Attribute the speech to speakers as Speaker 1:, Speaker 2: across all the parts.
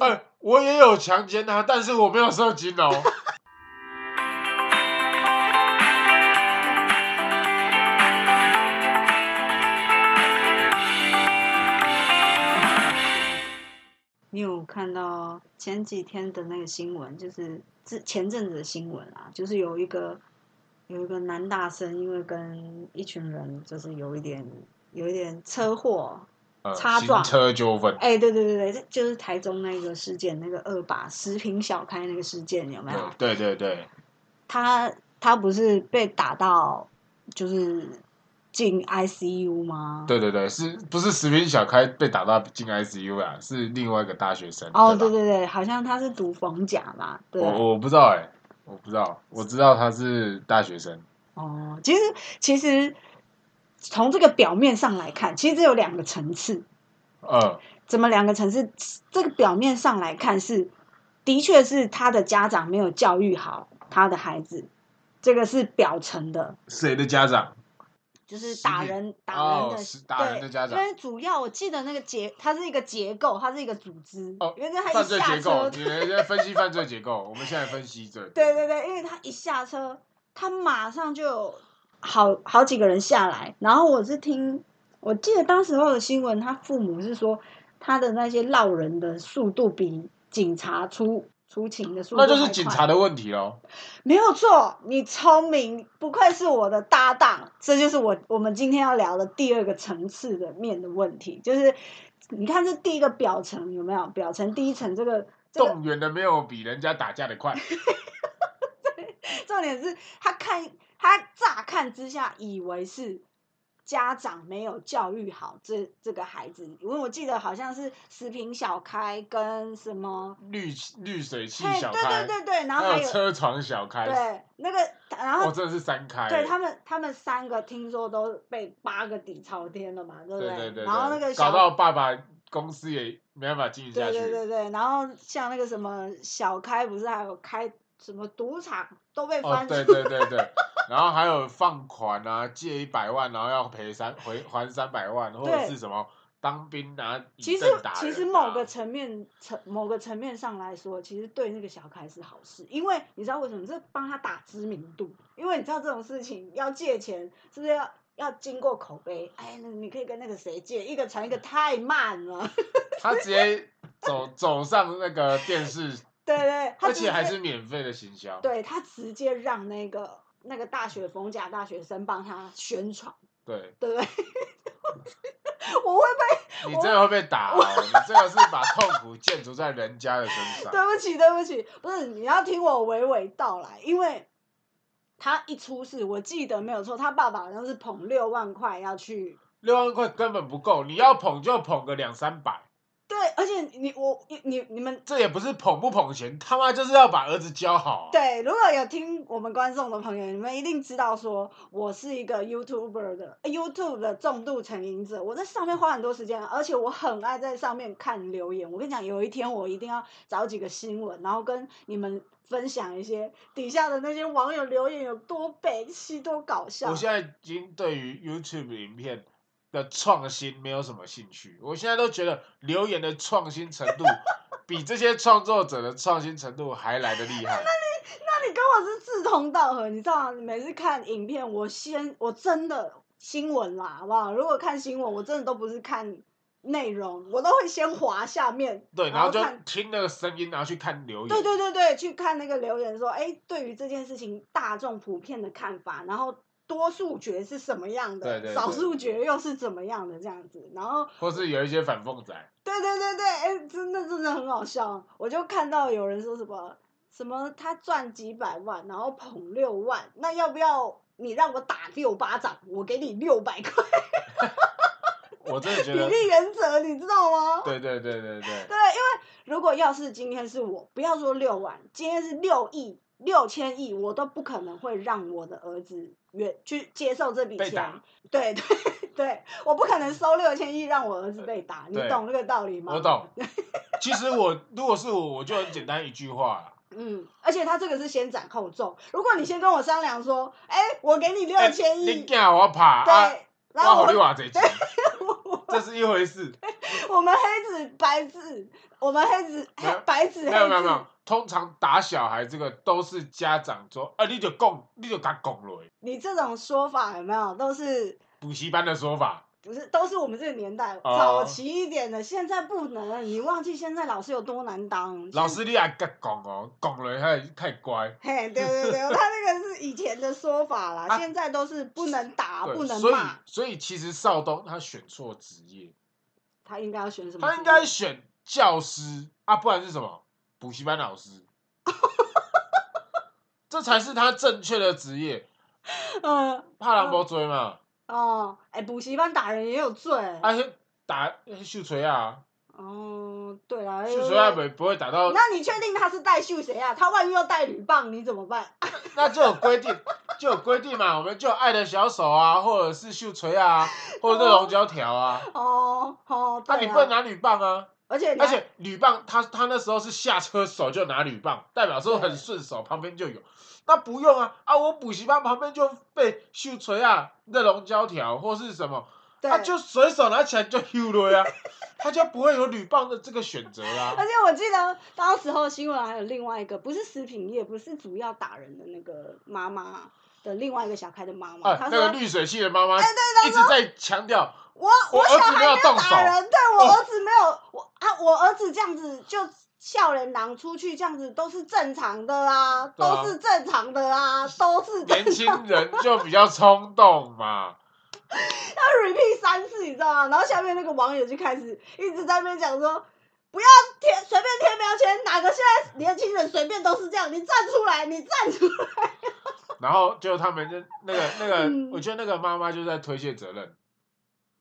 Speaker 1: 哎、我也有强奸他，但是我没有射精 哦。
Speaker 2: 你有看到前几天的那个新闻，就是之前阵子的新闻啊，就是有一个有一个男大生，因为跟一群人就是有一点有一点车祸，
Speaker 1: 呃
Speaker 2: 擦
Speaker 1: 行
Speaker 2: 撞
Speaker 1: 车纠纷，
Speaker 2: 哎、对对对对，这就是台中那个事件，那个二把食品小开那个事件有没有？
Speaker 1: 对对对对，
Speaker 2: 他他不是被打到就是进 ICU 吗？
Speaker 1: 对对对，是不是食品小开被打到进 ICU 啊？是另外一个大学生。
Speaker 2: 哦，对
Speaker 1: 对吧
Speaker 2: 对对，好像他是读逢甲嘛，对。
Speaker 1: 我我不知道哎、我不知道，我知道他是大学生。
Speaker 2: 哦，其实其实从这个表面上来看，其实只有两个层次。
Speaker 1: 嗯，
Speaker 2: 怎么两个层次？这个表面上来看是，的确是他的家长没有教育好他的孩子，这个是表层的，
Speaker 1: 谁的家长？
Speaker 2: 就是打人打人
Speaker 1: 哦
Speaker 2: 的、，
Speaker 1: 是打人的家长
Speaker 2: 对，因。为主要我记得那个结，它是一个结构，它是一个组织。
Speaker 1: 哦
Speaker 2: 因为他
Speaker 1: 犯
Speaker 2: 一
Speaker 1: 罪
Speaker 2: 下
Speaker 1: 结构，
Speaker 2: 车，
Speaker 1: 你们在分析犯罪结 构，我们现在分析这。
Speaker 2: 对对对，因为他一下车，他马上就有好好几个人下来。然后我是听，我记得当时候的新闻，他父母是说他的那些闹人的速度比警察出出勤的速度
Speaker 1: 那就
Speaker 2: 还
Speaker 1: 是
Speaker 2: 快
Speaker 1: 警察的问题喽。
Speaker 2: 没有错，你聪明，不愧是我的搭档。这就是我我们今天要聊的第二个层次的面的问题，就是你看这第一个表层有没有？表层第一层这个这个
Speaker 1: 动员的没有比人家打架的 快。
Speaker 2: 重点是他看他乍看之下以为是家长没有教育好这这个孩子，因为我记得好像是食品小开跟什么，
Speaker 1: 滤滤水器
Speaker 2: 嘿，
Speaker 1: 小
Speaker 2: 对
Speaker 1: 开，
Speaker 2: 哎对对对，然后
Speaker 1: 还
Speaker 2: 还
Speaker 1: 有
Speaker 2: 有
Speaker 1: 车床小开，
Speaker 2: 对那个，然后
Speaker 1: 哦，真的是三开，
Speaker 2: 对他们，他们三个听说都被八个底朝天了嘛，对不
Speaker 1: 对
Speaker 2: 对？
Speaker 1: 对对，
Speaker 2: 然后那个
Speaker 1: 搞
Speaker 2: 小，
Speaker 1: 到爸爸公司也没办法经营下
Speaker 2: 对
Speaker 1: 去，
Speaker 2: 对对对，然后像那个什么小开，不是还有开什么赌场都被
Speaker 1: 哦
Speaker 2: 翻出，
Speaker 1: 对对对对，然后还有放款啊，借一百万，然后要赔三回还三百万，或者
Speaker 2: 对
Speaker 1: 是什么当兵拿
Speaker 2: 其
Speaker 1: 以
Speaker 2: 实
Speaker 1: 正打人啊，
Speaker 2: 其实某个层面层某个层面上来说，其实对那个小开是好事，因为你知道为什么？这帮他打知名度，因为你知道这种事情要借钱，是不是要要经过口碑？哎，那你可以跟那个谁借，一个传一个太慢了，
Speaker 1: 他直接走走上那个电视，
Speaker 2: 对对， 他
Speaker 1: 而
Speaker 2: 直接
Speaker 1: 且还是免费的行销，
Speaker 2: 对他直接让那个那个大学逢甲大学生帮他宣传，
Speaker 1: 对，
Speaker 2: 对不对？ 我会
Speaker 1: 你这个会被打哦，你这个是把痛苦建筑在人家的身上
Speaker 2: 不， 对不起，对不起，不是你要听我娓娓道来，因为他一出事，我记得没有错，他爸爸好像是捧六万块要去。
Speaker 1: 六万块根本不够，你要捧就捧个两三百。
Speaker 2: 对，而且你我你你你们
Speaker 1: 这也不是捧不捧钱，他妈就是要把儿子教好、啊。
Speaker 2: 对，如果有听我们观众的朋友，你们一定知道说，我是一个 YouTuber 的哎 YouTube 的重度成瘾者，我在上面花很多时间，而且我很爱在上面看留言。我跟你讲，有一天我一定要找几个新闻，然后跟你们分享一些底下的那些网友留言有多北气、多搞笑
Speaker 1: 我。现在已经对于 YouTube 影片的创新没有什么兴趣，我现在都觉得留言的创新程 度比这些创作者的创新程度还来的厉害。
Speaker 2: 那你跟我是志同道合，你知道吗？你每次看影片，我先我真的新闻啦，好不好？如果看新闻，我真的都不是看内容，我都会先滑下面，
Speaker 1: 对，然
Speaker 2: 然
Speaker 1: 后就
Speaker 2: 看。
Speaker 1: 听那个声音，然后去看留言。
Speaker 2: 对对对对，去看那个留言说，哎，对于这件事情大众普遍的看法，然后多数决是什么样的，
Speaker 1: 对对对
Speaker 2: 少数决又是怎么样的这样子，然后
Speaker 1: 或是有一些反讽仔，
Speaker 2: 对对对对，哎，真的真的很好笑。我就看到有人说什么什么他赚几百万，然后捧六万，那要不要你让我打六巴掌，我给你六百块？
Speaker 1: 我真的
Speaker 2: 比
Speaker 1: 觉得，
Speaker 2: 例原则，你知道吗？
Speaker 1: 对对对对对，
Speaker 2: 对，因为如果要是今天是我，不要说六万，今天是六亿、六千亿，我都不可能会让我的儿子原去接受这笔
Speaker 1: 被
Speaker 2: 钱
Speaker 1: 打。
Speaker 2: 对 对对，我不可能收六千亿让我儿子被打，你
Speaker 1: 对
Speaker 2: 懂这个道理吗？
Speaker 1: 我。懂。其实我如果是我，我就很简单一句话啦。
Speaker 2: 嗯，而且他这个是先斩后奏。如果你先跟我商量说，哎、我给你六千
Speaker 1: 你
Speaker 2: 亿，
Speaker 1: 干我怕啊？
Speaker 2: 对，然后
Speaker 1: 哇好
Speaker 2: 我
Speaker 1: 利瓦贼急，这是一回 事。
Speaker 2: 我们黑子白字，我们黑子
Speaker 1: 没有
Speaker 2: 黑 白纸黑
Speaker 1: 没有没有没
Speaker 2: 字
Speaker 1: 有，，通常打小孩这个都是家长说，啊，你就供，你就他供了。
Speaker 2: 你这种说法有没有都是
Speaker 1: 补习班的说法，
Speaker 2: 不是都是我们这个年代、
Speaker 1: 哦
Speaker 2: 早期一点的，现在不能。你忘记现在老师有多难当？
Speaker 1: 老
Speaker 2: 现
Speaker 1: 师你还敢讲哦，讲了太太乖。
Speaker 2: 嘿，对对对，他那个是以前的说法啦，
Speaker 1: 啊
Speaker 2: 现在都是不能打，
Speaker 1: 对
Speaker 2: 不能
Speaker 1: 所以
Speaker 2: 骂。
Speaker 1: 所以其实少东他选错职业，
Speaker 2: 他应该要选什么职业？
Speaker 1: 他应该选教师啊，不然是什么补习班老 师，这才是他正确的职业。
Speaker 2: 嗯
Speaker 1: 怕人无追嘛，
Speaker 2: 哦，哎，补习班打人也有罪。
Speaker 1: 啊，那打那秀锤啊，
Speaker 2: 哦，对啦，
Speaker 1: 秀锤啊，不不会打到，
Speaker 2: 那你确定他是带秀谁啊？他万一又带铝棒，你怎么办？
Speaker 1: 那就有规定，就有规定嘛，我们就有爱的小手啊，或者是秀锤 啊，或者是龙胶条啊，
Speaker 2: 哦哦，
Speaker 1: 那
Speaker 2: 对
Speaker 1: 你
Speaker 2: 啦
Speaker 1: 不能，拿铝棒啊。
Speaker 2: 而且你
Speaker 1: 而
Speaker 2: 还
Speaker 1: 且铝棒，他他那时候是下车手就拿铝棒，代表说很顺手，旁边就有。那不用啊啊！我补习班旁边就被秀锤啊、热熔胶条或是什么，
Speaker 2: 对
Speaker 1: 啊就随手拿起来就丢了呀， 他就不会有铝棒的这个选择啊啦、
Speaker 2: 而且我记得当时候新闻还有另外一个，不是食品业，不是主要打人的那个妈妈的另外一个小开的妈妈，
Speaker 1: 啊，
Speaker 2: 她
Speaker 1: 那个
Speaker 2: 说
Speaker 1: 滤水器的妈妈
Speaker 2: 哎对
Speaker 1: 一直在强 调，
Speaker 2: 我
Speaker 1: 我
Speaker 2: 小
Speaker 1: 儿子
Speaker 2: 孩
Speaker 1: 没有动手
Speaker 2: 打人，对我
Speaker 1: 哦
Speaker 2: 儿子没有、我啊，我儿子这样子就笑脸狼出去这样子都是正常的啊，
Speaker 1: 对啊
Speaker 2: 都是正常的啊，都是正
Speaker 1: 年轻人就比较冲动嘛。
Speaker 2: 他 repeat 三次，你知道吗？然后下面那个网友就开始一直在那边讲说。不要贴随便贴标签，哪个现在年轻人随便都是这样？你站出来，你站出来！
Speaker 1: 然后就他们就那个那个，
Speaker 2: 嗯
Speaker 1: 我觉得那个妈妈就在推卸责任，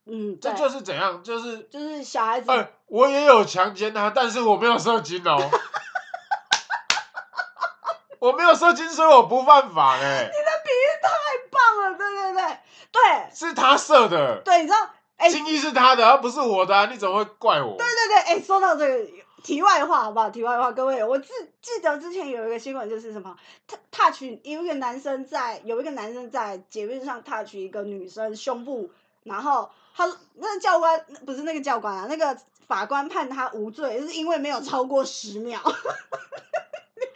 Speaker 2: 嗯，
Speaker 1: 这
Speaker 2: 对
Speaker 1: 就是怎样，就是
Speaker 2: 就是小孩子，
Speaker 1: 哎、我也有强奸他，但是我没有受精哦。我没有受精，所以我不犯法哎、
Speaker 2: 棒了，对对对对
Speaker 1: 是他射的，
Speaker 2: 对，你知道，哎、
Speaker 1: 精液是他的，而不是我的、啊，你怎么会怪我？
Speaker 2: 对对对，哎、说到这个题外话，好不好？题外话，各位，我记记得之前有一个新闻，就是什么他 touch 有一个男生在有一个男生在捷运上 touch 一个女生胸部，然后他那个教官不是那个教官啊，那个法官判他无罪，是因为没有超过十秒。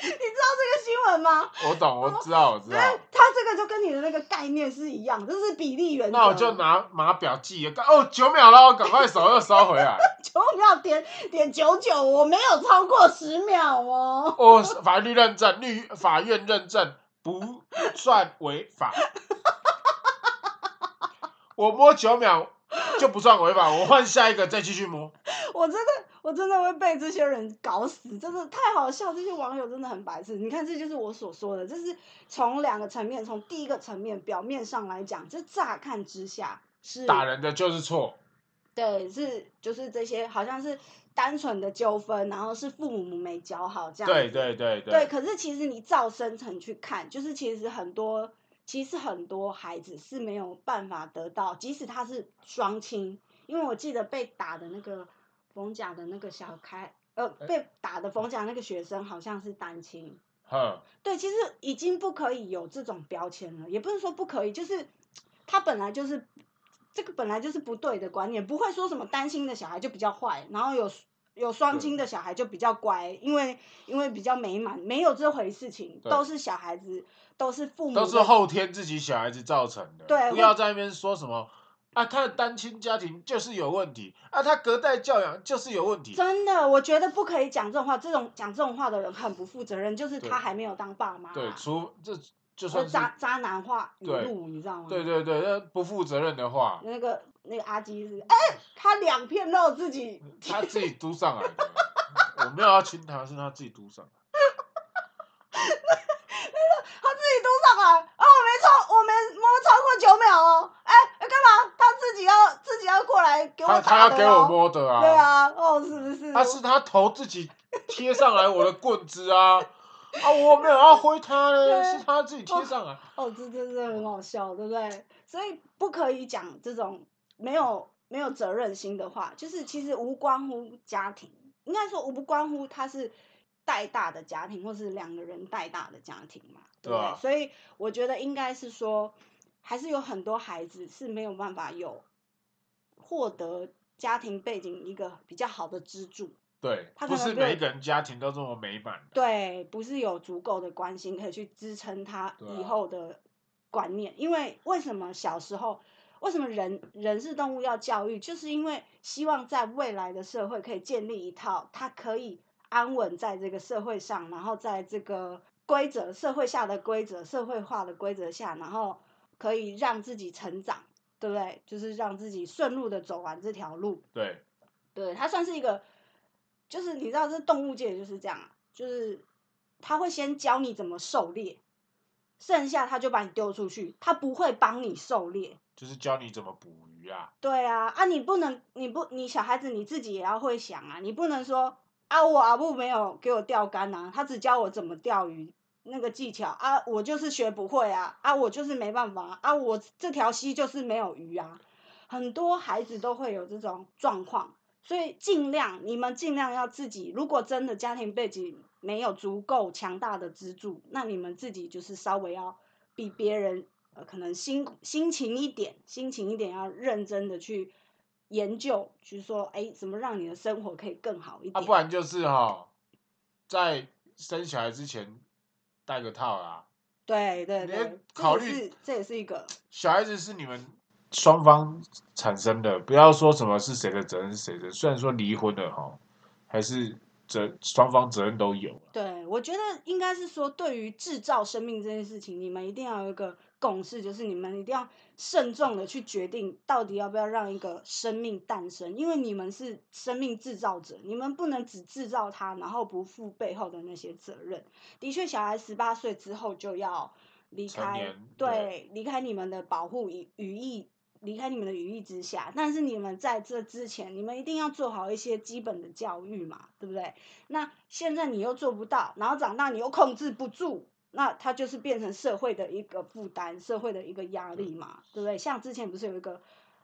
Speaker 2: 你你知道这个新闻吗？
Speaker 1: 我懂，我知道，我知
Speaker 2: 因为
Speaker 1: 道。
Speaker 2: 他这个就跟你的那个概念是一样，这是比例原则。
Speaker 1: 那我就拿码表记，哦，九秒了，赶快手又收回来。
Speaker 2: 九秒点点九九，我没有超过十秒哦。
Speaker 1: 哦，法律认证，律法院认证不算违法。 我摸九秒就不算违法，我换下一个再继续摸。
Speaker 2: 我真的，我真的会被这些人搞死，真的太好笑。这些网友真的很白痴。你看，这就是我所说的，这是从两个层面，从第一个层面表面上来讲，这乍看之下是
Speaker 1: 打人的就是错，
Speaker 2: 对，是就是这些好像是单纯的纠纷，然后是父母没教好这样子。
Speaker 1: 对对对
Speaker 2: 啊对，可是其实你照深层去看，就是其实很多，其实很多孩子是没有办法得到，即使他是双亲，因为我记得被打的那个冯甲的那个小开，呃，
Speaker 1: 哎
Speaker 2: 被打的冯甲那个学生好像是单亲。
Speaker 1: 哼，
Speaker 2: 对，其实已经不可以有这种标签了，也不是说不可以，就是他本来就是这个本来就是不对的观念，不会说什么单亲的小孩就比较坏，然后有有双亲的小孩就比较乖，因为因为比较美满，没有这回事情，
Speaker 1: 对
Speaker 2: 都是小孩子，都是父母的，
Speaker 1: 都是后天自己小孩子造成的。
Speaker 2: 对
Speaker 1: 不要在那边说什么啊，他的单亲家庭就是有问题啊，他隔代教养就是有问题。
Speaker 2: 真的，我觉得不可以讲这种话，这种讲这种话的人很不负责任，就是
Speaker 1: 对
Speaker 2: 他还没有当爸妈、啊，
Speaker 1: 对，除这就
Speaker 2: 或
Speaker 1: 算是
Speaker 2: 渣渣男化语
Speaker 1: 对
Speaker 2: 录，你知道吗？
Speaker 1: 对对对，那不负责任的话，
Speaker 2: 那个那个阿基是，哎、他两片肉自己
Speaker 1: 他自己嘟上来 的。我没有要亲他，是他自己嘟上来。
Speaker 2: 他自己嘟上来，啊，我没超，我没摸超过九秒哦，哎、要干嘛？他自己要自己要过来给我
Speaker 1: 他他要
Speaker 2: 打的、哦、
Speaker 1: 给我摸的啊。
Speaker 2: 对。啊，哦，是不是？
Speaker 1: 他是他头自己贴上来我的棍子 啊。啊，我没有要挥他呢，
Speaker 2: 对
Speaker 1: 是他自己贴上来。
Speaker 2: 哦，这这这很好笑，对不对？所以不可以讲这种没有没有责任心的话，就是其实无关乎家庭，应该说无不关乎他是带大的家庭，或是两个人带大的家庭嘛，对不对？
Speaker 1: 对啊
Speaker 2: 所以我觉得应该是说，还是有很多孩子是没有办法有获得家庭背景一个比较好的支柱。
Speaker 1: 对，
Speaker 2: 他
Speaker 1: 不
Speaker 2: 可能
Speaker 1: 是
Speaker 2: 对
Speaker 1: 每一个人家庭都这么美满的。
Speaker 2: 对，不是有足够的关心可以去支撑他
Speaker 1: 对啊
Speaker 2: 以后的观念。因为为什么小时候，为什么人人是动物要教育，就是因为希望在未来的社会可以建立一套他可以安稳在这个社会上，然后在这个规则社会下的规则、社会化的规则下，然后可以让自己成长，对不对？就是让自己顺路的走完这条路。
Speaker 1: 对，
Speaker 2: 对，它算是一个，就是你知道，这动物界就是这样，啊，就是它会先教你怎么狩猎，剩下它就把你丢出去，它不会帮你狩猎。
Speaker 1: 就是教你怎么捕鱼啊。
Speaker 2: 对啊，啊，你不能，你不，你小孩子你自己也要会想啊，你不能说啊，我阿布没有给我钓竿啊，他只教我怎么钓鱼那个技巧啊，我就是学不会啊，啊，我就是没办法啊啊，我这条溪就是没有鱼啊，很多孩子都会有这种状况，所以尽量你们尽量要自己，如果真的家庭背景没有足够强大的支柱，那你们自己就是稍微要比别人呃可能辛苦辛勤一点，辛勤一点，要认真的去研究，去说哎怎么让你的生活可以更好一
Speaker 1: 啊，
Speaker 2: 点。
Speaker 1: 不然就是哈、在生小孩之前戴个套啊啦。
Speaker 2: 对对
Speaker 1: 你
Speaker 2: 对，
Speaker 1: 要
Speaker 2: 这也
Speaker 1: 考虑
Speaker 2: 是这也是一个
Speaker 1: 小孩子是你们双方产生的，不要说什么是谁的责任是谁的。虽然说离婚了哈，还是责双方责任都有。
Speaker 2: 对，我觉得应该是说，对于制造生命这件事情，你们一定要有一个共识，就是你们一定要慎重的去决定，到底要不要让一个生命诞生，因为你们是生命制造者，你们不能只制造它，然后不负背后的那些责任。的确，小孩十八岁之后就要离
Speaker 1: 成
Speaker 2: 开
Speaker 1: 年，
Speaker 2: 对，离开你们的保护羽羽翼。离开你们的羽翼之下，但是你们在这之前，你们一定要做好一些基本的教育嘛，对不对？那现在你又做不到，然后长大你又控制不住，那它就是变成社会的一个负担，社会的一个压力嘛，对不对？像之前不是有一个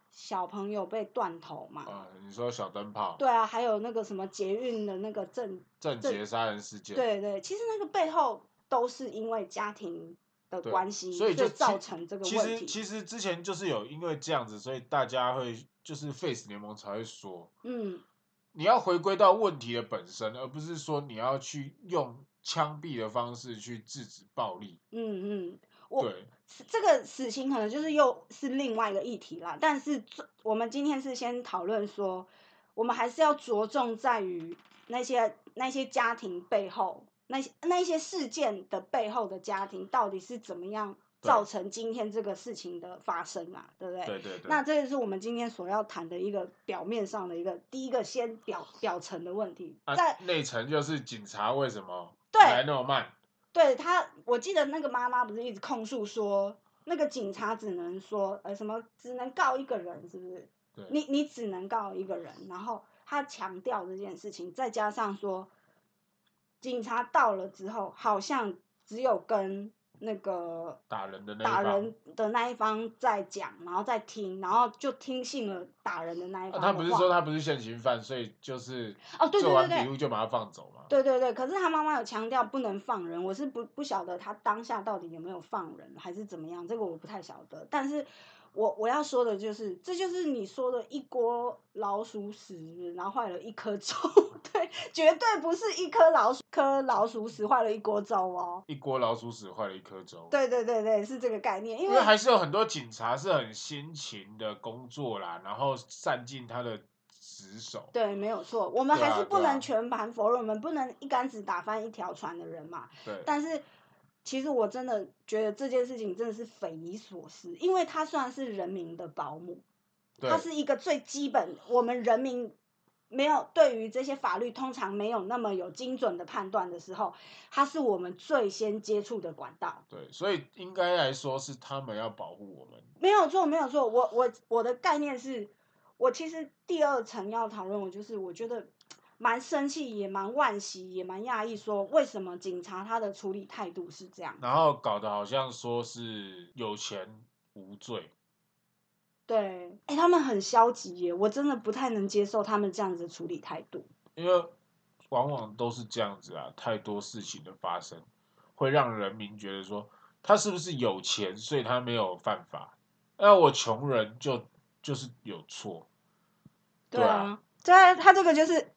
Speaker 2: 小朋友被断头嘛？
Speaker 1: 啊、你说小灯泡、
Speaker 2: 对啊，还有那个什么捷运的那个证，
Speaker 1: 郑
Speaker 2: 这
Speaker 1: 杰杀人事件，
Speaker 2: 对对，其实那个背后都是因为家庭的
Speaker 1: 对
Speaker 2: 关系，
Speaker 1: 所以就其
Speaker 2: 造成这个
Speaker 1: 其
Speaker 2: 问
Speaker 1: 实
Speaker 2: 题。
Speaker 1: 其实之前就是有因为这样子，所以大家会就是 Face 联盟才会说，
Speaker 2: 嗯，
Speaker 1: 你要回归到问题的本身，而不是说你要去用枪毙的方式去制止暴力。
Speaker 2: 嗯嗯，我
Speaker 1: 对，
Speaker 2: 死这个死刑可能就是又是另外一个议题啦，但是最我们今天是先讨论说，我们还是要着重在于那些那些家庭背后，那些那一些事件的背后的家庭到底是怎么样
Speaker 1: 对
Speaker 2: 造成今天这个事情的发生啊，对不对？
Speaker 1: 对对对。
Speaker 2: 那这也是我们今天所要谈的一个表面上的一个第一个先表表层的问题，
Speaker 1: 啊
Speaker 2: 在
Speaker 1: 内层就是警察为什么
Speaker 2: 对
Speaker 1: 来那么慢？
Speaker 2: 对他，我记得那个妈妈不是一直控诉说，那个警察只能说呃什么，只能告一个人，是不是？
Speaker 1: 对
Speaker 2: 你你只能告一个人，然后他强调这件事情，再加上说，警察到了之后，好像只有跟那个
Speaker 1: 打人的那
Speaker 2: 打
Speaker 1: 一方，啊
Speaker 2: 人的那一方在讲，然后再听，然后就听信了打人的那一
Speaker 1: 啊
Speaker 2: 方的话。
Speaker 1: 他不是说他不是现行犯，所以就是
Speaker 2: 哦对对
Speaker 1: 做完
Speaker 2: 对对
Speaker 1: 笔录就把他放走嘛。
Speaker 2: 对对对，可是他妈妈有强调不能放人，我是不不晓得他当下到底有没有放人还是怎么样，这个我不太晓得。但是我我要说的就是，这就是你说的一锅老鼠屎，然后坏了一颗粥， 对，绝对不是一颗老鼠颗老鼠屎坏了一锅粥哦。
Speaker 1: 一锅老鼠屎坏了一颗粥。
Speaker 2: 对对对对，是这个概念，因
Speaker 1: 因
Speaker 2: 为
Speaker 1: 为还是有很多警察是很辛勤的工作啦，然后善尽他的职守。
Speaker 2: 对，没有错，我们
Speaker 1: 对啊
Speaker 2: 还是不
Speaker 1: 对啊
Speaker 2: 能全盘否认，我们不能一竿子打翻一条船的人嘛。
Speaker 1: 对，
Speaker 2: 但是其实我真的觉得这件事情真的是匪夷所思，因为它虽然是人民的保姆，
Speaker 1: 对，
Speaker 2: 它是一个最基本，我们人民没有对于这些法律通常没有那么有精准的判断的时候，它是我们最先接触的管道。
Speaker 1: 对，所以应该来说是他们要保护我们。
Speaker 2: 没有错，没有错。我我我的概念是，我其实第二层要讨论，我就是我觉得蛮生气，也蛮惋惜，也蛮讶异，说为什么警察他的处理态度是这样。
Speaker 1: 然后搞得好像说是有钱无罪，
Speaker 2: 对，哎、他们很消极耶，我真的不太能接受他们这样子的处理态度。
Speaker 1: 因为往往都是这样子啊，太多事情的发生会让人民觉得说他是不是有钱，所以他没有犯法？那我穷人就就是有错，对啊，
Speaker 2: 对啊，它这个就是，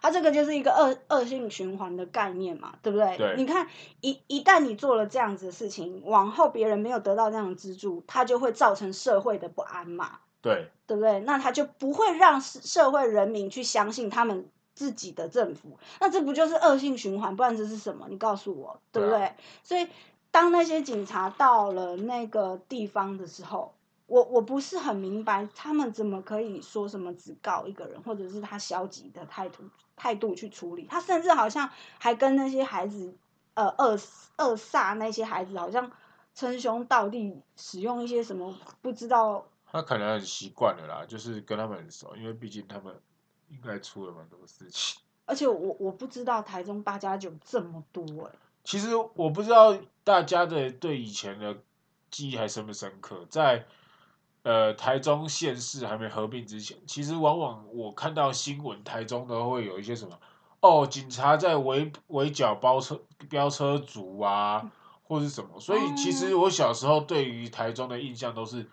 Speaker 2: 它这个就是一个恶恶性循环的概念嘛，对不对？
Speaker 1: 对
Speaker 2: 你看，一一旦你做了这样子的事情，往后别人没有得到这样的资助，它就会造成社会的不安嘛，
Speaker 1: 对
Speaker 2: 对不对？那它就不会让社社会人民去相信他们。自己的政府，那这不就是恶性循环？不然这是什么？你告诉我，对不对？
Speaker 1: 对
Speaker 2: 所以，当那些警察到了那个地方的时候，我我不是很明白他们怎么可以说什么只告一个人，或者是他消极的态度态度去处理。他甚至好像还跟那些孩子，呃，恶恶煞那些孩子，好像称兄道弟，使用一些什么不知道。
Speaker 1: 他可能很习惯了啦，就是跟他们很熟，因为毕竟他们应该出了蛮多事情。
Speaker 2: 而且我我不知道台中八加九这么多哎、
Speaker 1: 其实我不知道大家的对以前的记忆还深不深刻，在呃台中县市还没合并之前，其实往往我看到新闻，台中都会有一些什么哦，警察在围围剿包车飙车族啊，或是什么。所以其实
Speaker 2: 哦
Speaker 1: 我小时候对于台中的印象都是，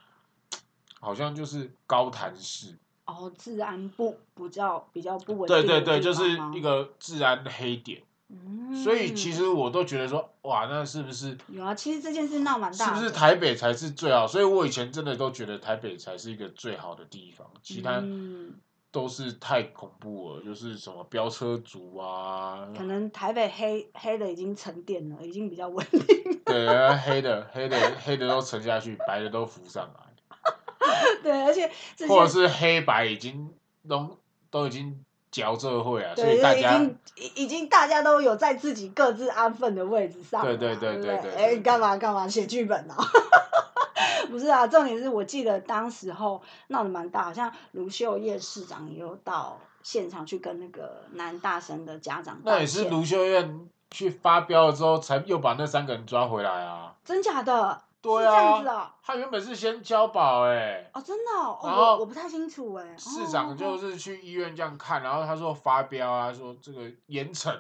Speaker 1: 好像就是高潭市，
Speaker 2: 哦，治安不比较比较不稳定
Speaker 1: 对
Speaker 2: 的
Speaker 1: 对对，
Speaker 2: 地
Speaker 1: 就
Speaker 2: 方
Speaker 1: 是
Speaker 2: 吗
Speaker 1: 一，个治安黑点。所以其
Speaker 2: 嗯
Speaker 1: 实我都觉得说，哇，那是不是？
Speaker 2: 嗯有啊，其实这件事闹蛮
Speaker 1: 是
Speaker 2: 大的，
Speaker 1: 不是台北才是最好？所以我以前真的都觉得台北才是一个最好的地方，其他
Speaker 2: 嗯
Speaker 1: 都是太恐怖了，就是什么飙车族啊，
Speaker 2: 可能台北黑黑的已经沉淀了，已 经比较稳定。
Speaker 1: 对，然后黑的黑的黑的都沉下去，白的都浮上来，
Speaker 2: 对，而且这
Speaker 1: 或者
Speaker 2: 些
Speaker 1: 是黑白已经都都已经嚼这会啊，所
Speaker 2: 对，
Speaker 1: 以大
Speaker 2: 就是已
Speaker 1: 家
Speaker 2: 经已已经大家都有在自己各自安分的位置上了
Speaker 1: 对
Speaker 2: 嘛。
Speaker 1: 对对
Speaker 2: 对
Speaker 1: 对
Speaker 2: 不
Speaker 1: 对
Speaker 2: 哎，
Speaker 1: 对
Speaker 2: 干嘛干嘛写剧本啊？ 不是啊，重点是我记得当时候闹得蛮大，好像卢秀燕市长也有到现场去跟那个男大生的家长道
Speaker 1: 那也是
Speaker 2: 歉
Speaker 1: 卢秀燕去发飙了之后，才又把那三个人抓回来啊。
Speaker 2: 真假的？
Speaker 1: 对
Speaker 2: 是这样子
Speaker 1: 啊，
Speaker 2: 哦。
Speaker 1: 他原本是先交保哎、
Speaker 2: 哦，真的哦，哦
Speaker 1: 然
Speaker 2: 我
Speaker 1: 后
Speaker 2: 我不太清楚哎。
Speaker 1: 市
Speaker 2: 哦
Speaker 1: 长就是去医院这样看，然后他说发飙啊，说这个严惩，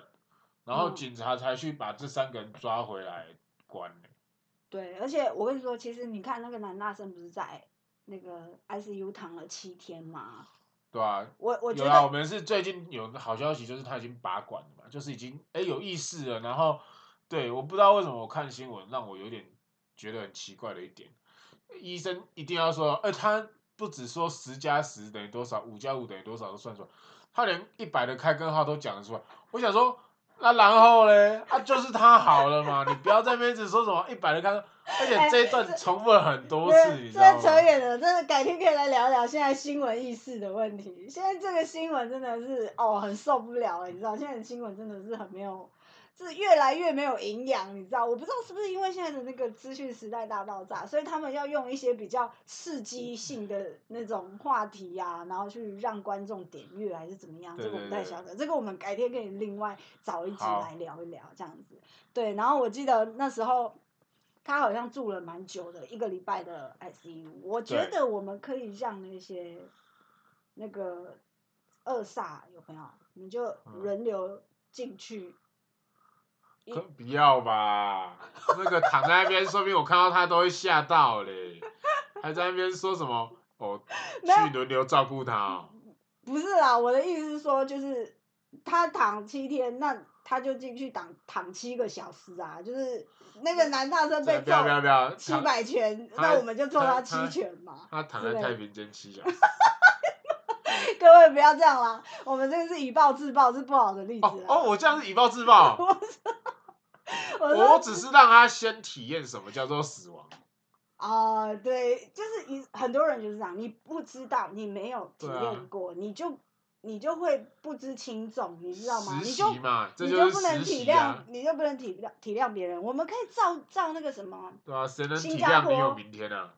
Speaker 1: 然后
Speaker 2: 嗯
Speaker 1: 警察才去把这三个人抓回来关了。
Speaker 2: 对，而且我跟你说，其实你看那个男大生不是在那个 ICU 躺了七天吗？
Speaker 1: 对啊，
Speaker 2: 我我觉
Speaker 1: 有啊，我
Speaker 2: 得
Speaker 1: 们是最近有好消息，就是他已经拔管了嘛，就是已经哎有意识了。然后，对，我不知道为什么我看新闻让我有点觉得很奇怪的一点，医生一定要说，哎、他不只说十加十等于多少，五加五等于多少都算出来，他连一百的开根号都讲得出来。我想说，那然后嘞，啊，就是他好了嘛，你不要在那边只说什么一百的开根，而且这一段重复了很多次，你知道
Speaker 2: 哎这
Speaker 1: 吗？
Speaker 2: 扯远了，真的改天可以来聊聊现在新闻意识的问题。现在这个新闻真的是哦，很受不了了，你知道，现在的新闻真的是很没有，是越来越没有营养，你知道？我不知道是不是因为现在的那个资讯时代大爆炸，所以他们要用一些比较刺激性的那种话题呀、然后去让观众点阅还是怎么样？这
Speaker 1: 对
Speaker 2: 个我不
Speaker 1: 对
Speaker 2: 太
Speaker 1: 对
Speaker 2: 晓得，这个我们改天可以另外找一集
Speaker 1: 好
Speaker 2: 来聊一聊这样子。对，然后我记得那时候他好像住了蛮久的，一个礼拜的 ICU。我觉
Speaker 1: 对
Speaker 2: 得我们可以让那些那个二煞有没有？你们就
Speaker 1: 嗯
Speaker 2: 轮流进去。
Speaker 1: 可不要 吧，那个躺在那边，说明我看到他都会吓到嘞，还在那边说什么哦，
Speaker 2: 没有
Speaker 1: 去轮流照顾他、哦，
Speaker 2: 不是啦，我的意思是说，就是他躺七天，那他就进去躺躺七个小时啊。就是那个男大生
Speaker 1: 不要
Speaker 2: 被
Speaker 1: 不
Speaker 2: 揍
Speaker 1: 要不要不要，
Speaker 2: 七
Speaker 1: 躺
Speaker 2: 百拳，
Speaker 1: 他
Speaker 2: 那我们就揍他
Speaker 1: 他
Speaker 2: 七
Speaker 1: 他
Speaker 2: 拳嘛。
Speaker 1: 他躺
Speaker 2: 之
Speaker 1: 在
Speaker 2: 类
Speaker 1: 太
Speaker 2: 的
Speaker 1: 平间七小 时，
Speaker 2: 各位不要这样啦，我们这个是以暴制暴，是不啊好的例子
Speaker 1: 哦
Speaker 2: 啦。
Speaker 1: 哦，我这样是以暴制暴，
Speaker 2: 我说
Speaker 1: 我只是让他先体验什么叫做死亡，
Speaker 2: 啊、对，就是你很多人就是这样，你不知道，你没有体
Speaker 1: 对啊
Speaker 2: 验过，你就你就会不知轻重，你知道吗？
Speaker 1: 实
Speaker 2: 你就
Speaker 1: 习嘛，这
Speaker 2: 你
Speaker 1: 就
Speaker 2: 就是不能
Speaker 1: 实
Speaker 2: 体
Speaker 1: 习
Speaker 2: 谅，
Speaker 1: 啊，
Speaker 2: 你就不能体谅体谅别人。我们可以照照那个什么，
Speaker 1: 对啊，谁能
Speaker 2: 新
Speaker 1: 体
Speaker 2: 加
Speaker 1: 谅
Speaker 2: 坡
Speaker 1: 你有明天啊？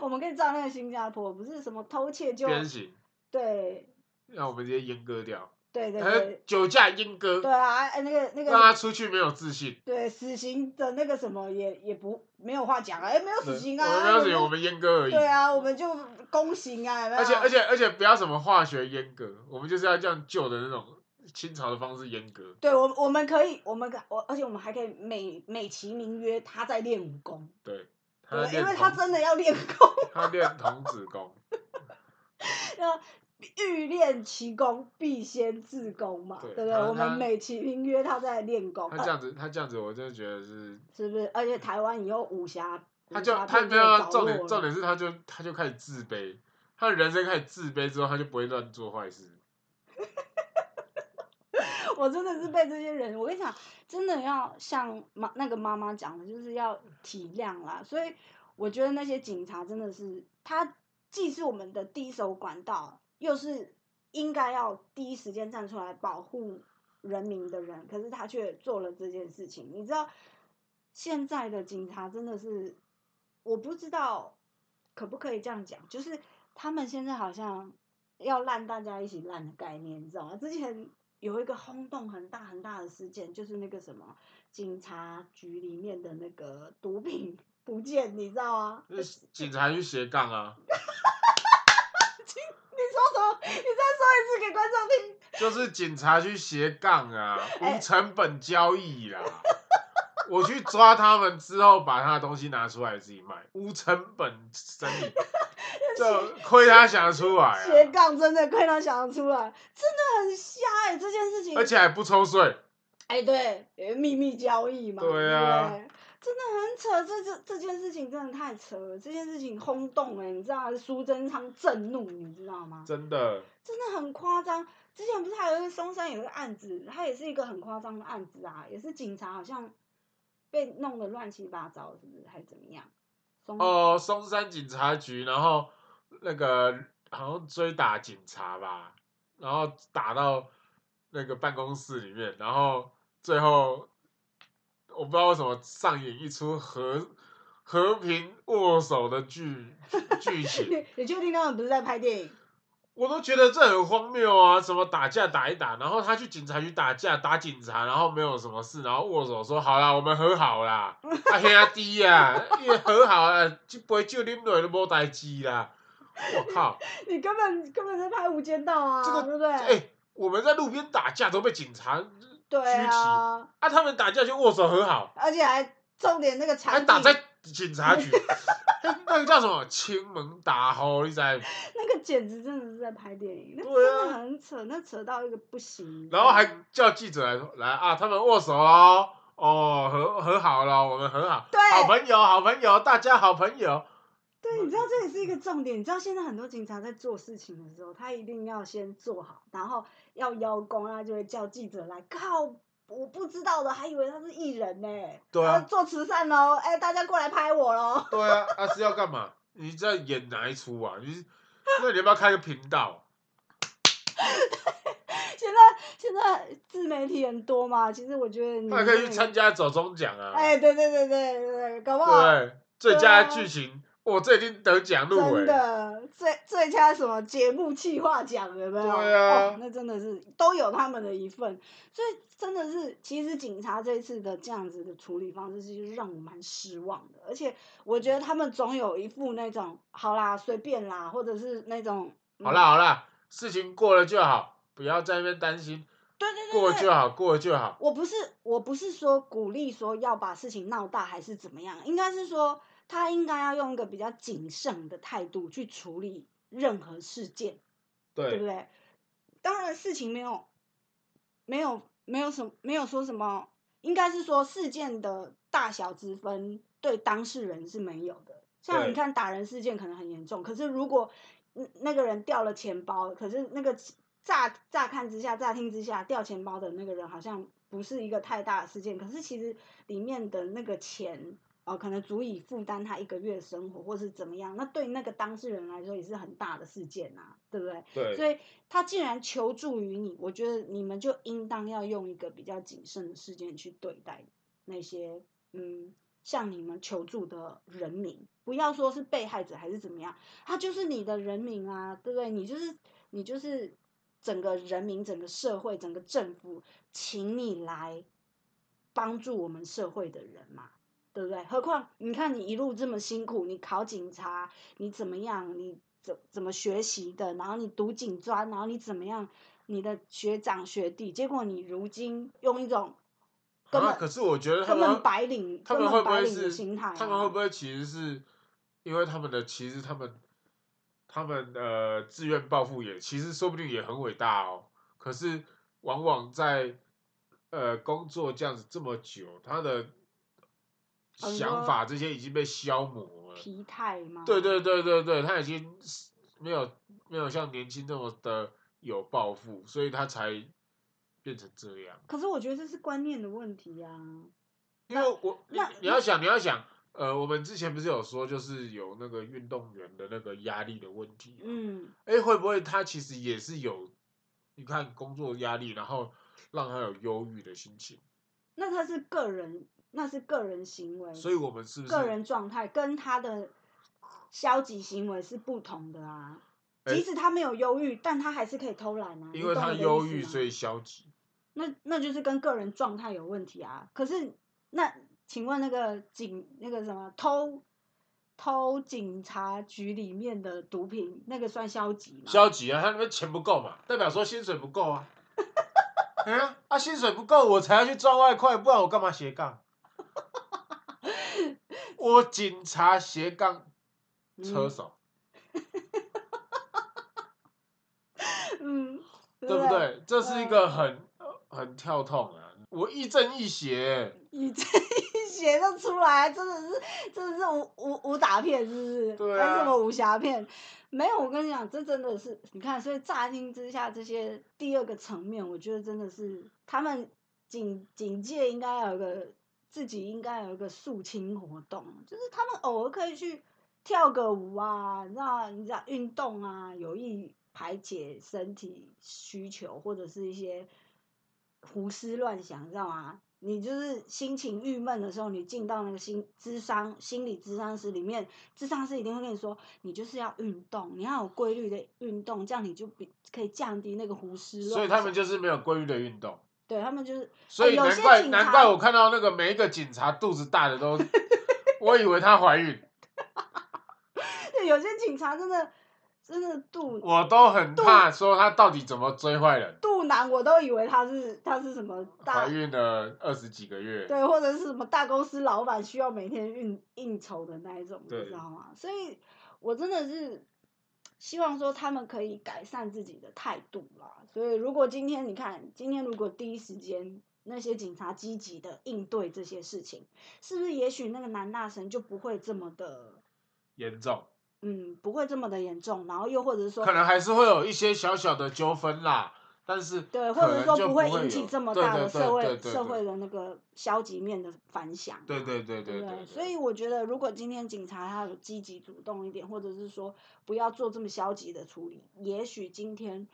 Speaker 2: 我们可以照那个新加坡，不是什么偷窃就
Speaker 1: 鞭刑，
Speaker 2: 对
Speaker 1: 让我们直接阉割掉，
Speaker 2: 对对
Speaker 1: 呃
Speaker 2: 对，
Speaker 1: 酒驾阉
Speaker 2: 对
Speaker 1: 割，
Speaker 2: 啊，哎那个那
Speaker 1: 让他
Speaker 2: 个
Speaker 1: 出去没有自信。
Speaker 2: 对死刑的那个什么也也不没有话讲啊，哎没有死刑啊，
Speaker 1: 我们没
Speaker 2: 我
Speaker 1: 有
Speaker 2: 们
Speaker 1: 死刑，我们阉割而已。
Speaker 2: 对啊，我们就公刑啊，有没 有
Speaker 1: 而且而且而且不要什么化学阉割，我们就是要这样旧的那种清朝的方式阉割，
Speaker 2: 对我，我们可以，我们可我，而且我们还可以美美其名曰他在练武功，
Speaker 1: 对，他
Speaker 2: 对，因
Speaker 1: 练
Speaker 2: 为他
Speaker 1: 童
Speaker 2: 真的要练功，
Speaker 1: 他练童子功，
Speaker 2: 要欲练其功，必先自宫嘛，
Speaker 1: 对
Speaker 2: 对不对？
Speaker 1: 他
Speaker 2: 我们
Speaker 1: 他
Speaker 2: 美其名曰他在练功，
Speaker 1: 他
Speaker 2: 呃
Speaker 1: 这样子，他这样子，我真的觉得是，
Speaker 2: 是不是？而且台湾以后武侠，
Speaker 1: 他
Speaker 2: 武
Speaker 1: 就
Speaker 2: 侠
Speaker 1: 他没
Speaker 2: 片就
Speaker 1: 有
Speaker 2: 着
Speaker 1: 啊重点，
Speaker 2: 落
Speaker 1: 重
Speaker 2: 了
Speaker 1: 点是他就他就开始自卑，他的人生开始自卑之后，他就不会乱做坏事。
Speaker 2: 我真的是被这些人，我跟你讲，真的要像妈那个妈妈讲的，就是要体谅啦。所以我觉得那些警察真的是，他既是我们的第一手管道，又是应该要第一时间站出来保护人民的人，可是他却做了这件事情。你知道，现在的警察真的是，我不知道可不可以这样讲，就是他们现在好像要烂大家一起烂的概念，你知道吗？之前有一个轰动很大很大的事件，就是那个什么警察局里面的那个毒品不见，你知道吗？
Speaker 1: 那警察去斜杠啊，
Speaker 2: 你说什么？你再说一次给观众听。
Speaker 1: 就是警察去斜杠啊，
Speaker 2: 哎
Speaker 1: 无成本交易啦。我去抓他们之后，把他的东西拿出来自己卖，无成本生 意，就亏他想得出来、啊，
Speaker 2: 斜杠真的快让想得出来，真的很瞎哎、这件事情。
Speaker 1: 而且还不抽税。
Speaker 2: 哎、对，有秘密交易嘛。
Speaker 1: 对
Speaker 2: 对
Speaker 1: 啊
Speaker 2: 不对真的很扯，这这这件事情真的太扯了，这件事情轰动哎、你知道吗苏贞昌震怒，你知道吗？
Speaker 1: 真的，
Speaker 2: 真的很夸张。之前不是还有一个松山有一个案子，它也是一个很夸张的案子啊，也是警察好像被弄得乱七八糟，是不是还是怎么样？松
Speaker 1: 哦，松山警察局，然后那个好像追打警察吧，然后打到那个办公室里面，然后最后我不知道为什么上演一出和和平握手的剧剧情，
Speaker 2: 你 你确定他们不是在拍电影？
Speaker 1: 我都觉得这很荒谬啊！什么打架打一打，然后他去警察局打架打警察，然后没有什么事，然后握手说好啦，我们和好啦，啊兄弟呀、啊，因为和好啊，这杯酒啉落就无代志啦。我靠，
Speaker 2: 你根本根本在拍《无间道》啊，
Speaker 1: 这个
Speaker 2: 对不对？
Speaker 1: 哎、我们在路边打架都被警察
Speaker 2: 对啊，
Speaker 1: 啊，他们打架就握手和好，
Speaker 2: 而且还重点那个场
Speaker 1: 还
Speaker 2: 景，
Speaker 1: 打在警察局， 那那个叫什么亲门打吼，你知道吗？
Speaker 2: 那个简直真的是在拍电影，那
Speaker 1: 对啊
Speaker 2: 真的很扯，那扯到一个不行。
Speaker 1: 然后还
Speaker 2: 真的
Speaker 1: 叫记者来说，来啊，他们握手哦，哦，和和好了，我们和好，
Speaker 2: 对
Speaker 1: 好朋友，好朋友，大家好朋友，
Speaker 2: 对，你知道这
Speaker 1: 嗯
Speaker 2: 也是一个重点。你知道现在很多警察在做事情的时候，他一定要先做好，然后要邀功，他就会叫记者来。靠，我不知道的，还以为他是艺人呢、
Speaker 1: 对啊
Speaker 2: 他做慈善喽，哎、大家过来拍我喽。
Speaker 1: 对啊，啊是要干嘛？你在演哪一出啊？你是那你要不要开个频道？
Speaker 2: 现在现在自媒体很多嘛，其实我觉得你
Speaker 1: 那可以去
Speaker 2: 那个
Speaker 1: 参加走中奖啊，
Speaker 2: 嗯哎、对对对对对对，搞不
Speaker 1: 对
Speaker 2: 好
Speaker 1: 不对？最佳
Speaker 2: 对啊
Speaker 1: 剧情，我这已经得奖入围
Speaker 2: 真，的最最佳什么节目企划奖有没有？
Speaker 1: 对啊
Speaker 2: 哦，那真的是都有他们的一份，所以真的是，其实警察这一次的这样子的处理方式，其实让我蛮失望的。而且我觉得他们总有一副那种好啦随便啦，或者是那种、嗯
Speaker 1: 好啦，好啦，事情过了就好，不要在那边担心，
Speaker 2: 对对对
Speaker 1: 过
Speaker 2: 对
Speaker 1: 了就好，过了就好。
Speaker 2: 我不是我不是说鼓励说要把事情闹大还是怎么样，应该是说他应该要用一个比较谨慎的态度去处理任何事件。对不
Speaker 1: 对，
Speaker 2: 对？当然事情没有，没有没有什么没有说什么，应该是说事件的大小之分对当事人是没有的。像你
Speaker 1: 对
Speaker 2: 看打人事件可能很严重，可是如果嗯那个人掉了钱包，可是那个乍乍看之下、乍听之下掉钱包的那个人好像不是一个太大的事件，可是其实里面的那个钱哦，可能足以负担他一个月的生活，或是怎么样，那对那个当事人来说也是很大的事件啊，对不对？
Speaker 1: 对，
Speaker 2: 所以他既然求助于你，我觉得你们就应当要用一个比较谨慎的事件去对待那些嗯向你们求助的人民，不要说是被害者还是怎么样，他就是你的人民啊，对不对？你就是你就是整个人民、整个社会、整个政府，请你来帮助我们社会的人嘛。对不对？何况你看你一路这么辛苦，你考警察，你怎么样，你怎怎么学习的，然后你读警专，然后你怎么样，你的学长学弟，结果你如今用一种根
Speaker 1: 啊，
Speaker 2: 本
Speaker 1: 可是我觉得他
Speaker 2: 根
Speaker 1: 们
Speaker 2: 本白领、
Speaker 1: 他
Speaker 2: 根
Speaker 1: 们会
Speaker 2: 本
Speaker 1: 不
Speaker 2: 白
Speaker 1: 会
Speaker 2: 领的
Speaker 1: 是
Speaker 2: 心态啊、
Speaker 1: 他们会不会其实是因为他们的其实他们他们呃自愿报复也其实说不定也很伟大哦，可是往往在呃工作这样子这么久，他的
Speaker 2: 哦你
Speaker 1: 想
Speaker 2: 说
Speaker 1: 法这些已经被消磨了。
Speaker 2: 疲态吗？
Speaker 1: 对对对对对，他已经是没有没有像年轻这么的有抱负，所以他才变成这样。
Speaker 2: 可是我觉得这是观念的问题啊。
Speaker 1: 因为我你
Speaker 2: 那
Speaker 1: 你要想，你要想，呃，我们之前不是有说，就是有那个运动员的那个压力的问题，，
Speaker 2: 嗯，
Speaker 1: 哎，会不会他其实也是有，你看工作压力，然后让他有忧郁的心情，
Speaker 2: 那他是个人，那是个人行为，
Speaker 1: 所以我们是不是
Speaker 2: 嗯个人状态跟他的消极行为是不同的啊。
Speaker 1: 哎
Speaker 2: 即使他没有忧郁，但他还是可以偷懒啊。
Speaker 1: 因为他忧郁，所以消极？
Speaker 2: 那那就是跟个人状态有问题啊。可是那请问那个警那个什么偷偷警察局里面的毒品，那个算消极吗？
Speaker 1: 消极啊，他那边钱不够嘛，代表说薪水不够啊。哎呀，啊，薪水不够，我才要去赚外快，不然我干嘛斜杠？ 我警察斜杠车手，
Speaker 2: 嗯，嗯对
Speaker 1: 对
Speaker 2: 不
Speaker 1: 不？对？这是一个很、很跳痛啊，我亦正亦邪，
Speaker 2: 你这一写就出来，真的是，真的是武武武打片，是不是？
Speaker 1: 对啊
Speaker 2: 还是什么武侠片？没有，我跟你讲，这真的是，你看，所以乍听之下，这些第二个层面，我觉得真的是他们警警戒应该有一个自己应该有一个肃清活动，就是他们偶尔可以去跳个舞啊，你知道，你知道运动啊，有益排解身体需求或者是一些胡思乱想，你知道吗？你就是心情郁闷的时候，你进到那个心智商心理智商室里面，智商师一定会跟你说，你就是要运动，你要有规律的运动，这样你就比可以降低那个胡思乱想。
Speaker 1: 所以他们就是没有规律的运动。
Speaker 2: 对他们就是，哎
Speaker 1: 所以
Speaker 2: 有
Speaker 1: 难
Speaker 2: 些
Speaker 1: 怪
Speaker 2: 警察
Speaker 1: 难怪我看到那个每一个警察肚子大的都，我以为她怀孕，
Speaker 2: 对有些警察真的真的肚
Speaker 1: 我都很怕说她到底怎么追坏人。
Speaker 2: 肚腩，我都以为他是他是什么大
Speaker 1: 怀孕了二十几个月，
Speaker 2: 对，或者是什么大公司老板需要每天应应酬的那一种，你
Speaker 1: 对
Speaker 2: 知道吗？所以我真的是希望说他们可以改善自己的态度啦。所以如果今天你看，今天如果第一时间那些警察积极的应对这些事情，是不是也许那个男大神就不会这么的？
Speaker 1: 严重，
Speaker 2: 嗯，不会这么的严重，然后又或者是说，
Speaker 1: 可能还是会有一些小小的纠纷啦，但是
Speaker 2: 对，
Speaker 1: 可
Speaker 2: 或者
Speaker 1: 能
Speaker 2: 是说
Speaker 1: 就
Speaker 2: 不
Speaker 1: 不
Speaker 2: 会
Speaker 1: 有
Speaker 2: 引起这么大的社
Speaker 1: 对
Speaker 2: 会
Speaker 1: 对对对对
Speaker 2: 社会的那个消极面的反响啊。
Speaker 1: 对对对
Speaker 2: 对
Speaker 1: 对
Speaker 2: 不
Speaker 1: 对，
Speaker 2: 所以我觉得，如果今天警察他有积极主动一点，或者是说不要做这么消极的处理，也许今天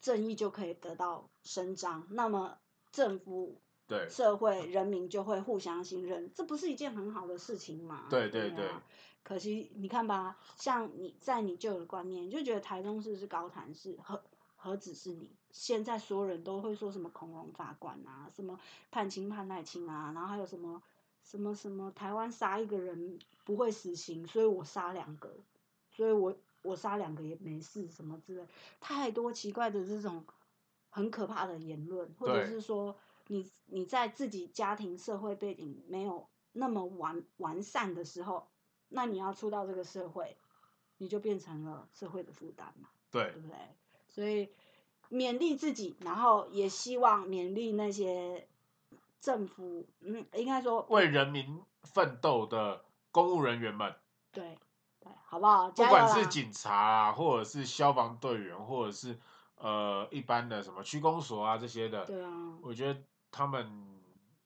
Speaker 2: 正义就可以得到伸张，那么政府、
Speaker 1: 对
Speaker 2: 社会、人民就会互相信任，这不是一件很好的事情吗？
Speaker 1: 对对对
Speaker 2: 啊可惜你看吧，像你在你旧的观念，你就觉得台中市是高潭市，何何止是你？现在所有人都会说什么恐龙法官啊，什么判轻判赖轻啊，然后还有什么什么什么台湾杀一个人不会死刑，所以我杀两个，所以我我杀两个也没事什么之类，太多奇怪的这种很可怕的言论，或者
Speaker 1: 对
Speaker 2: 是说你你在自己家庭社会背景没有那么完完善的时候，那你要出到这个社会，你就变成了社会的负担嘛，
Speaker 1: 对
Speaker 2: 对不对？所以勉励自己，然后也希望勉励那些政府，嗯，应该说
Speaker 1: 为人民奋斗的公务人员们，
Speaker 2: 对对，好不好？
Speaker 1: 不
Speaker 2: 加油
Speaker 1: 管是
Speaker 2: 啦
Speaker 1: 警察啊，或者是消防队员，或者是呃一般的什么区公所啊这些的，
Speaker 2: 对啊，
Speaker 1: 我觉得他们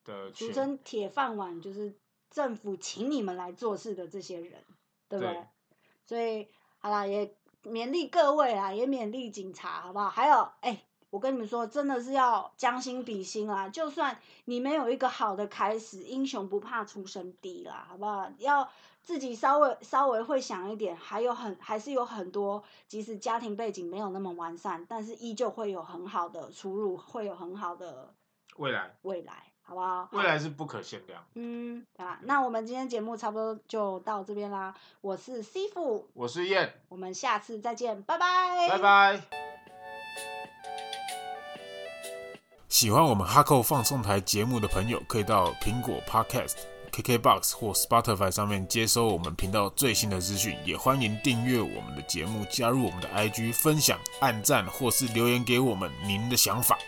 Speaker 1: 的
Speaker 2: 俗
Speaker 1: 权
Speaker 2: 称铁饭碗，就是政府请你们来做事的这些人，对不对？
Speaker 1: 对
Speaker 2: 所以好啦，也勉励各位啦，也勉励警察，好不好？还有，哎、我跟你们说，真的是要将心比心啊！就算你没有一个好的开始，英雄不怕出身低啦，好不好？要自己稍微稍微会想一点，还有很还是有很多，即使家庭背景没有那么完善，但是依旧会有很好的出路，会有很好的
Speaker 1: 未来，
Speaker 2: 未来，好不好？
Speaker 1: 未来是不可限量。
Speaker 2: 嗯，啊，那我们今天节目差不多就到这边啦。我是 C 傅，
Speaker 1: 我是燕，
Speaker 2: 我们下次再见，拜拜，
Speaker 1: 拜。拜。喜欢我们哈扣放送台节目的朋友，可以到苹果 Podcast、KKBox 或 Spotify 上面接收我们频道最新的资讯。也欢迎订阅我们的节目，加入我们的 IG，分享、按赞或是留言给我们您的想法。